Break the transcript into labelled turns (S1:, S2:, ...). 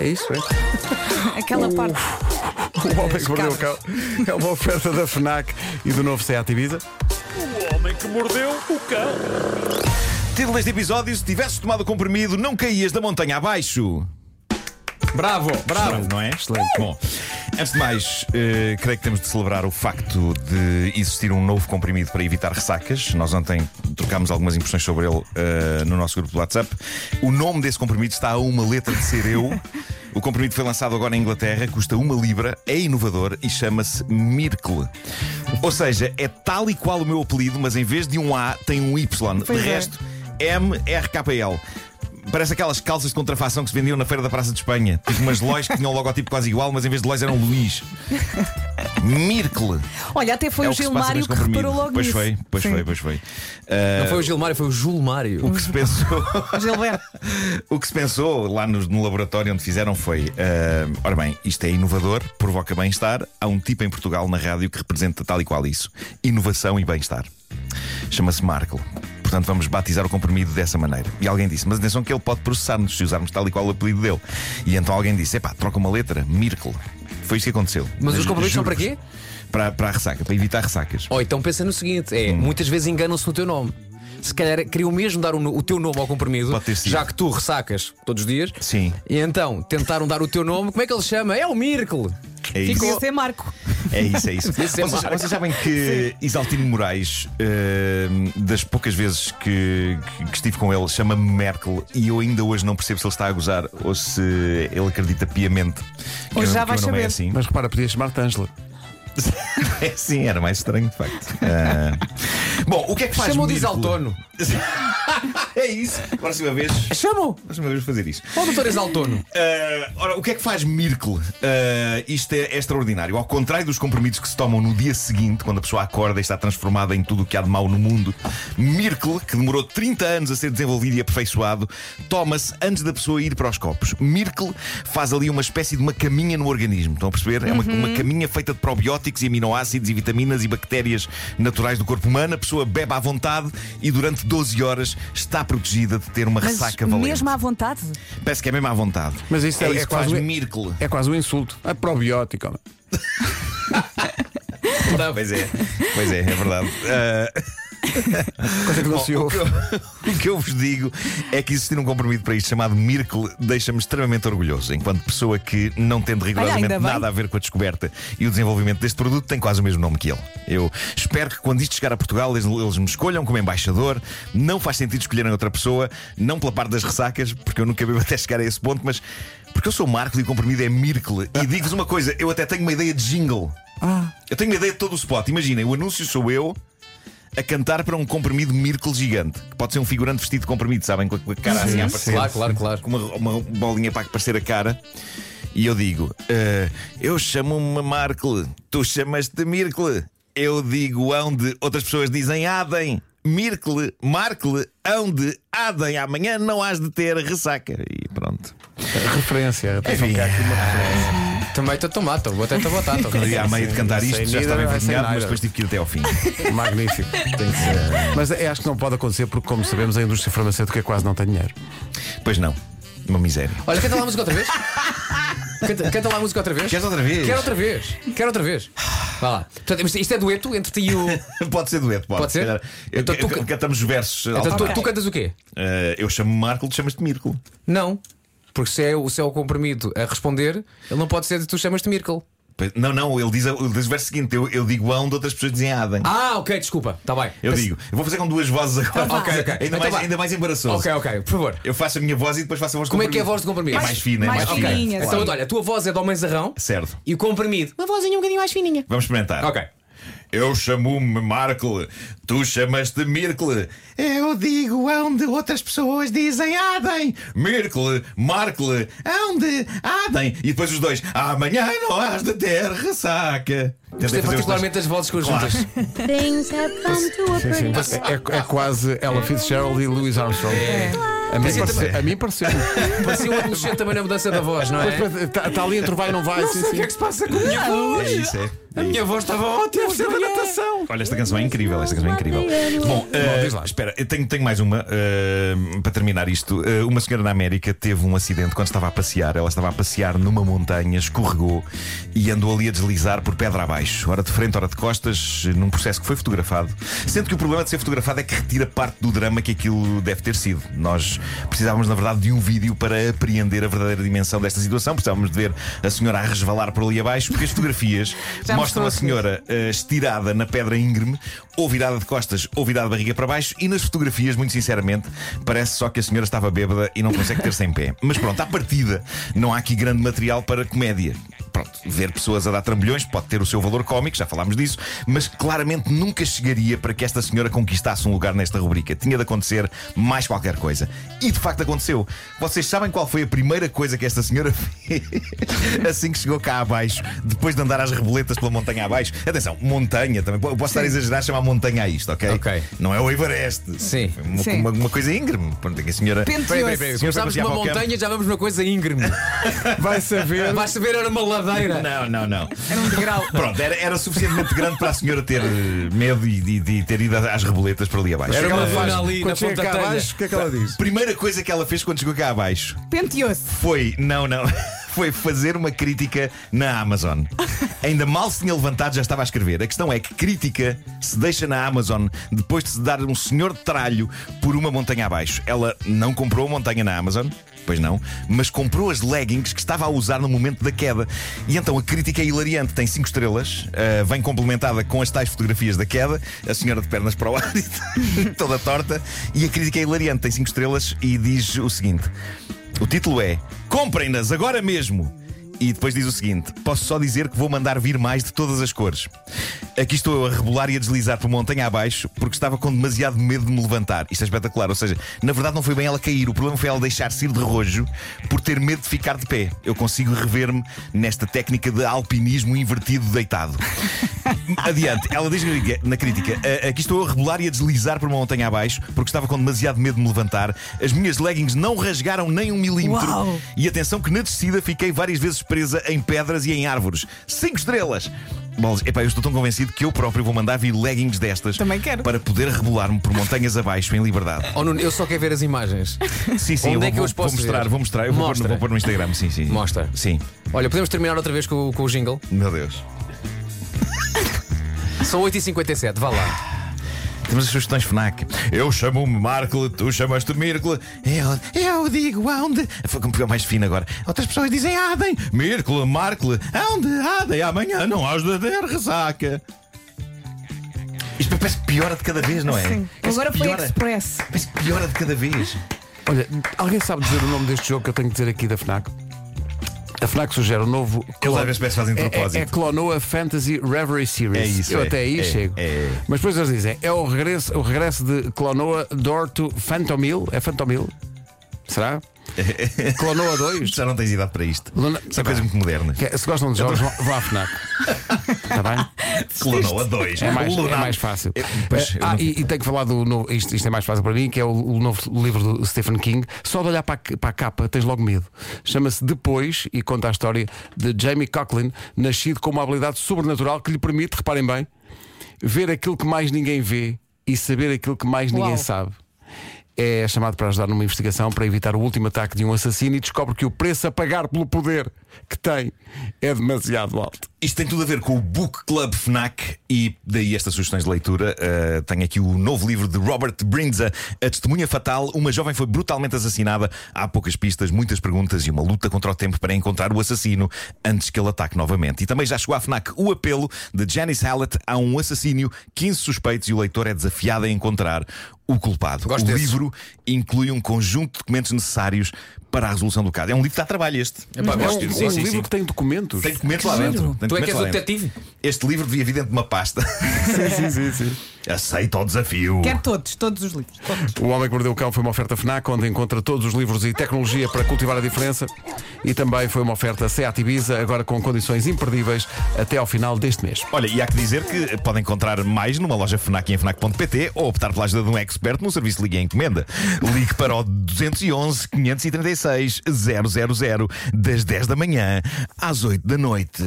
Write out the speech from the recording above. S1: É isso, é?
S2: Aquela parte.
S1: O Homem que Mordeu o Cão é uma oferta da FNAC e do novo Seat Ibiza.
S3: O homem que mordeu o cão.
S4: Título deste episódio: Se tivesses tomado comprimido, não caías da montanha abaixo.
S1: Bravo, bravo.
S4: Excelente, não é? Excelente. Bom, antes de mais, eh, creio que temos de celebrar o facto de existir um novo comprimido para evitar ressacas. Nós ontem trocámos algumas impressões sobre ele eh, no nosso grupo do WhatsApp. O nome desse comprimido está a uma letra de ser eu. O comprimido foi lançado agora na Inglaterra, custa uma libra, é inovador e chama-se Miracle. Ou seja, é tal e qual o meu apelido, mas em vez de um A tem um Y.
S2: Pois
S4: de
S2: é.
S4: resto, MRKL. Parece aquelas calças de contrafação que se vendiam na Feira da Praça de Espanha. Tipo umas lojas que tinham um logotipo quase igual, mas em vez de lojas eram Luís. Mircle.
S2: Olha, até foi
S4: é
S2: o
S4: o que se passa
S2: Gilmário
S4: neste
S2: que
S4: comprimido.
S2: reparou logo
S4: Pois
S2: nisso.
S4: foi, pois
S2: Sim.
S4: foi, pois foi.
S5: Não foi o Gilmário, foi o Julmário.
S4: O que se pensou.
S2: Gilberto.
S4: O que se pensou lá no, no laboratório onde fizeram foi: ah, ora bem, isto é inovador, provoca bem-estar. Há um tipo em Portugal na rádio que representa tal e qual isso: inovação e bem-estar. Chama-se Marco. Portanto, vamos batizar o comprimido dessa maneira. E alguém disse: Mas atenção, que ele pode processar-nos se usarmos tal e qual o apelido dele. E então alguém disse: Epá, troca uma letra, Miracle. Foi isso que aconteceu.
S5: Mas os comprimidos são para
S4: Juro-vos.
S5: quê?
S4: Para, para a ressaca, para evitar ressacas.
S5: Ou então pensa no seguinte:
S1: Hum.
S5: é, muitas vezes enganam-se no teu nome. Se calhar queriam mesmo dar o, no- o teu nome ao comprimido,
S4: Pode ter sido.
S5: já que tu ressacas todos os dias.
S4: Sim.
S5: E então tentaram dar o teu nome, como é que ele se chama? É o Miracle.
S4: É isso.
S2: Podia ser Marco.
S4: É isso, é isso.
S5: Isso é
S4: vocês,
S5: marca.
S4: vocês sabem que Isaltino Moraes, eh, das poucas vezes que, que- que estive com ele, chama-me Merkel e eu ainda hoje não percebo se ele está a gozar ou se ele acredita piamente que,
S2: Hoje
S4: o-
S2: já
S4: que
S2: vais
S4: o nome
S2: saber.
S4: é assim.
S1: Mas repara, podias chamar-te Ângela.
S4: É sim, era mais estranho, de facto. Ah, bom, o que é que faz
S5: Chamam de
S4: Mirko?
S5: Isaltono.
S4: é isso. Próxima vez,
S5: Chamam!
S4: próxima vez vou fazer isso.
S5: Ah, Ó, doutor Exaltono.
S4: Ah, ora, o que é que faz Miracle? Ah, isto é, é extraordinário. Ao contrário dos comprimidos que se tomam no dia seguinte, quando a pessoa acorda e está transformada em tudo o que há de mau no mundo, Miracle, que demorou 30 anos a ser desenvolvido e aperfeiçoado, toma-se antes da pessoa ir para os copos. Miracle faz ali uma espécie de uma caminha no organismo. Estão a perceber? É uma,
S2: Uhum.
S4: uma caminha feita de probióticos e aminoácidos e vitaminas e bactérias naturais do corpo humano. A pessoa bebe à vontade e durante 12 horas está protegida de ter uma
S2: Mas
S4: ressaca valente.
S2: mesmo à vontade.
S4: Parece que é mesmo à vontade.
S1: Mas isso é- é
S4: que
S1: quase
S4: faz
S1: um-
S4: Miracle.
S1: É quase um insulto. É probiótico. homem.
S5: Tá
S4: Pois é, pois é, é verdade. Ah,
S1: Coisa que não se
S4: bom, o,
S1: ouve.
S4: que eu, o que eu vos digo é que existir um compromisso para isto chamado Miracle deixa-me extremamente orgulhoso, enquanto pessoa que, não tendo rigorosamente
S2: ainda bem.
S4: nada a ver com a descoberta e o desenvolvimento deste produto, tem quase o mesmo nome que ele. Eu espero que quando isto chegar a Portugal, eles, eles me escolham como embaixador. Não faz sentido escolherem outra pessoa, não pela parte das ressacas, porque eu nunca bebo até chegar a esse ponto, mas porque eu sou Marco e o comprimido é Miracle. E digo-vos uma coisa, eu até tenho uma ideia de jingle. Eu tenho uma ideia de todo o spot. Imaginem, o anúncio sou eu a cantar para um comprimido Miracle gigante, que pode ser um figurante vestido de comprimido, sabem? Com a com a cara
S5: Uhum.
S4: assim a aparecer.
S5: Claro, claro, claro.
S4: Com uma, uma bolinha para aparecer a cara. E eu digo: "Ah, Eu chamo-me Markle, tu chamas-te Miracle. Eu digo onde, outras pessoas dizem Adem. Miracle, Markle, onde, Adem. Amanhã não has de ter ressaca. E pronto.
S1: Referência. um Atenção
S4: Enfim.
S1: que há aqui uma referência.
S5: Também estou tomate, vou até batata.
S4: E a meio de cantar
S1: sem
S4: isto, já
S1: nada,
S4: estava
S1: sem
S4: envergonhado,
S1: nada.
S4: mas depois tive que ir até ao fim.
S1: Magnífico. Mas é, acho que não pode acontecer porque, como sabemos, a indústria farmacêutica quase não tem dinheiro.
S4: Pois não, uma miséria.
S5: Olha, canta lá a música outra vez. Canta, canta lá a música outra vez.
S4: Queres outra vez?
S5: Quero outra vez. Quero outra vez. Vá lá. Portanto, isto- isto é dueto entre ti e o.
S4: Pode ser dueto, pode.
S5: Pode ser?
S4: Se calhar, eu-
S5: Então tu-
S4: eu- Cantamos os versos.
S5: Então, tu,
S4: alternados.
S5: tu cantas o quê?
S4: Eh, eu chamo-me Marco, tu chamas-te Mirko.
S5: Não. Porque se é, o- se é o comprimido a responder, ele não pode ser de tu chamas-te Miracle.
S4: Pois- Não, não, ele diz, ele diz o verso seguinte: eu, eu digo onde outras pessoas dizem Adam.
S5: Ah, ok, desculpa. Está bem.
S4: eu digo, eu vou fazer com duas vozes agora.
S5: vá. Ok, ok.
S4: Ainda,
S5: Então
S4: mais,
S5: vá.
S4: ainda mais embaraçoso.
S5: Ok, ok, por favor.
S4: Eu faço a minha voz e depois faço a voz de
S5: Como é que é a
S4: comprimido.
S5: voz de comprimido?
S4: É mais fina, é
S2: Mais
S4: mais, fina.
S2: fininha,
S4: Claro.
S2: sim.
S5: Então, olha, a tua voz é de homem zarrão
S4: Certo.
S5: e o comprimido. Uma vozinha um bocadinho mais fininha.
S4: Vamos experimentar.
S5: Ok.
S4: Eu chamo-me Markle, tu chamas-te Mirkle. Eu digo onde outras pessoas dizem Adem. Mirkle, Markle, onde Adem. E depois os dois, amanhã não has de ter ressaca.
S5: Gostei
S4: Tentei fazer um os dois.
S5: é particularmente as vozes conjuntas.
S6: Things have come to a pretty
S1: É, é- é quase Ella Fitzgerald e Louis Armstrong.
S5: É.
S1: A mim parece- a mim pareceu.
S5: Parecia um adolescente também na mudança da voz, não é?
S1: Está tá, ali entre o vai e não vai. sim, sim.
S5: que se passa com a minha voz?
S4: É isso, é.
S5: A minha voz estava ótima,
S1: Deve ser da natação.
S4: Olha, esta canção é incrível. Esta canção é incrível. Bom, eh,
S1: diz lá.
S4: espera, eu tenho, tenho mais uma eh, para terminar isto. Eh, uma senhora na América teve um acidente quando estava a passear. Ela estava a passear numa montanha, escorregou e andou ali a deslizar por pedra abaixo, ora de frente, ora de costas, num processo que foi fotografado. Sendo que o problema de ser fotografado é que retira parte do drama que aquilo deve ter sido. Nós precisávamos, na verdade, de um vídeo para apreender a verdadeira dimensão desta situação. Precisávamos de ver a senhora a resvalar por ali abaixo, porque as fotografias
S2: Já
S4: mostram
S2: mostrou
S4: a
S2: aqui.
S4: senhora senhora, eh, estirada na pedra íngreme, ou virada de costas, ou virada de barriga para baixo, e nas fotografias, muito sinceramente, parece só que a senhora estava bêbada e não consegue ter-se em pé. Mas pronto, à partida, não há aqui grande material para comédia. Pronto, ver pessoas a dar trambolhões pode ter o seu valor cómico, já falámos disso, mas claramente nunca chegaria para que esta senhora conquistasse um lugar nesta rubrica. Tinha de acontecer mais qualquer coisa. E de facto aconteceu. Vocês sabem qual foi a primeira coisa que esta senhora fez assim que chegou cá abaixo, depois de andar às reboletas pela montanha abaixo? Atenção, montanha também. Posso estar a exagerar chamar montanha a isto, ok?
S5: Ok.
S4: Não é o Everest.
S5: Sim.
S4: Foi Uma,
S2: Sim.
S4: uma- uma coisa íngreme. Pronto, é que a senhora.
S2: Penteou-se.
S4: Peraí, peraí, peraí, a senhora foi
S5: Começámos
S4: passear
S5: numa
S4: para o campo.
S5: montanha, já vamos numa coisa íngreme.
S1: Vai saber. é
S5: Vais saber, era uma ladeira.
S4: Não, não, não.
S2: Era um degrau.
S4: Pronto, era, era suficientemente grande para a senhora ter eh, medo e, e- e ter ido às reboletas para ali abaixo.
S5: Era uma
S1: Ela
S5: zona ali na
S1: Quando chega
S5: ponta
S1: cá
S5: da telha.
S1: abaixo, o que é que ela diz?
S4: Primeira coisa que ela fez quando chegou cá abaixo
S2: Penteou-se.
S4: foi, não, não, foi fazer uma crítica na Amazon. Ainda mal se tinha levantado, já estava a escrever. A questão é que crítica se deixa na Amazon depois de se dar um senhor de tralho por uma montanha abaixo. Ela não comprou a montanha na Amazon. Pois não, mas comprou as leggings que estava a usar no momento da queda. E então a crítica é hilariante, tem cinco estrelas, ah, vem complementada com as tais fotografias da queda, a senhora de pernas para o ar, toda torta, e a crítica é hilariante, tem cinco estrelas e diz o seguinte: o título é Comprem-nas agora mesmo! E depois diz o seguinte: Posso só dizer que vou mandar vir mais de todas as cores. Aqui estou eu a rebolar e a deslizar por montanha abaixo porque estava com demasiado medo de me levantar. Isto é espetacular. Ou seja, na verdade não foi bem ela cair, o problema foi ela deixar-se ir de rojo por ter medo de ficar de pé. Eu consigo rever-me nesta técnica de alpinismo invertido deitado. Adiante, ela diz na crítica: "Ah, Aqui estou a rebolar e a deslizar por uma montanha abaixo porque estava com demasiado medo de me levantar. As minhas leggings não rasgaram nem um milímetro.
S2: Uau!
S4: E atenção que na descida fiquei várias vezes presa em pedras e em árvores. Cinco estrelas! Bom, epá, eu estou tão convencido que eu próprio vou mandar vir leggings destas
S2: Também quero.
S4: para poder rebolar-me por montanhas abaixo em liberdade.
S5: Oh, Nuno, eu só quero ver as imagens.
S4: Sim, sim,
S5: Onde
S4: eu
S5: é
S4: vou,
S5: que eu os
S4: vou
S5: posso
S4: mostrar,
S5: ver?
S4: vou mostrar, eu vou pôr,
S5: Mostra.
S4: vou pôr no Instagram, sim, sim.
S5: Mostra.
S4: Sim.
S5: Olha, podemos terminar outra vez com, com o jingle?
S4: Meu Deus.
S5: São 8h57, vá lá.
S4: Temos as sugestões FNAC. Eu chamo-me Marco, tu chamas-te Mircle. Eu, eu digo aonde. Foi como ficou mais fino agora. Outras pessoas dizem Adem. Mircle, Marcle, aonde Adem? Amanhã não hás de ter ressaca. Isto parece que piora de cada vez, não é?
S2: Sim.
S4: Parece
S2: Agora
S4: que
S2: foi
S4: piora.
S2: express.
S4: Parece que piora de cada vez.
S1: Olha, alguém sabe dizer o nome deste jogo que eu tenho que dizer aqui da Fnac? A Fnac sugere um novo.
S4: Eles
S1: clon-
S4: às vezes parecem
S1: É-
S4: fazem de propósito.
S1: É, é Clonoa Fantasy Reverie Series.
S4: É isso,
S1: Eu
S4: é,
S1: até aí
S4: é,
S1: chego.
S4: é.
S1: Mas depois eles dizem: é o regresso, o regresso de Clonoa Door to Phantomil. É Phantomil? Será? Clonoa 2?
S4: Já não tens idade para isto.
S1: Luna-
S4: São coisas muito modernas.
S1: Que- é, Se gostam de jogos, vão vão à Fnac. Está bem?
S4: Clonou a dois.
S1: É mais,
S4: Lunar.
S1: é mais fácil.
S4: É, pois, eu
S1: ah,
S4: não-
S1: e, e tenho que falar do novo. Isto, isto é mais fácil para mim, que é o, o novo livro do Stephen King. Só de olhar para, a- para a capa tens logo medo. Chama-se Depois e conta a história de Jamie Coughlin, nascido com uma habilidade sobrenatural que lhe permite, reparem bem, ver aquilo que mais ninguém vê e saber aquilo que mais ninguém
S2: Uau.
S1: sabe. É chamado para ajudar numa investigação para evitar o último ataque de um assassino e descobre que o preço a pagar pelo poder que tem é demasiado alto.
S4: Isto tem tudo a ver com o Book Club FNAC e daí estas sugestões de leitura. Uh, tenho aqui o novo livro de Robert Brinza, A Testemunha Fatal. Uma jovem foi brutalmente assassinada. Há poucas pistas, muitas perguntas e uma luta contra o tempo para encontrar o assassino antes que ele ataque novamente. E também já chegou à FNAC o apelo de Janice Hallett a um assassínio, 15 suspeitos e o leitor é desafiado a encontrar o culpado.
S5: Gosto
S4: o
S5: desse.
S4: livro inclui um conjunto de documentos necessários para a resolução do caso. É um livro que dá trabalho este.
S5: pá,
S1: É
S5: gosto
S1: um,
S5: disso.
S1: um livro que tem documentos.
S4: Tem documentos lá dentro. Tem
S5: Tu é
S4: documentos
S5: que és
S4: lá
S5: o
S4: dentro.
S5: detetive?
S4: Este livro devia vir dentro de uma pasta.
S1: sim, sim, sim, sim.
S4: Aceita o desafio.
S2: Quer todos, todos os livros. Todos.
S1: O Homem que Mordeu o Cão foi uma oferta FNAC, onde encontra todos os livros e tecnologia para cultivar a diferença. E também foi uma oferta SEAT Ibiza, agora com condições imperdíveis até ao final deste mês.
S4: Olha, e há que dizer que podem encontrar mais numa loja Fnac e em Fnac.pt ou optar pela ajuda de um expert no serviço Ligue em Encomenda. Ligue para o 211 536 000 das 10 da manhã às 8 da noite.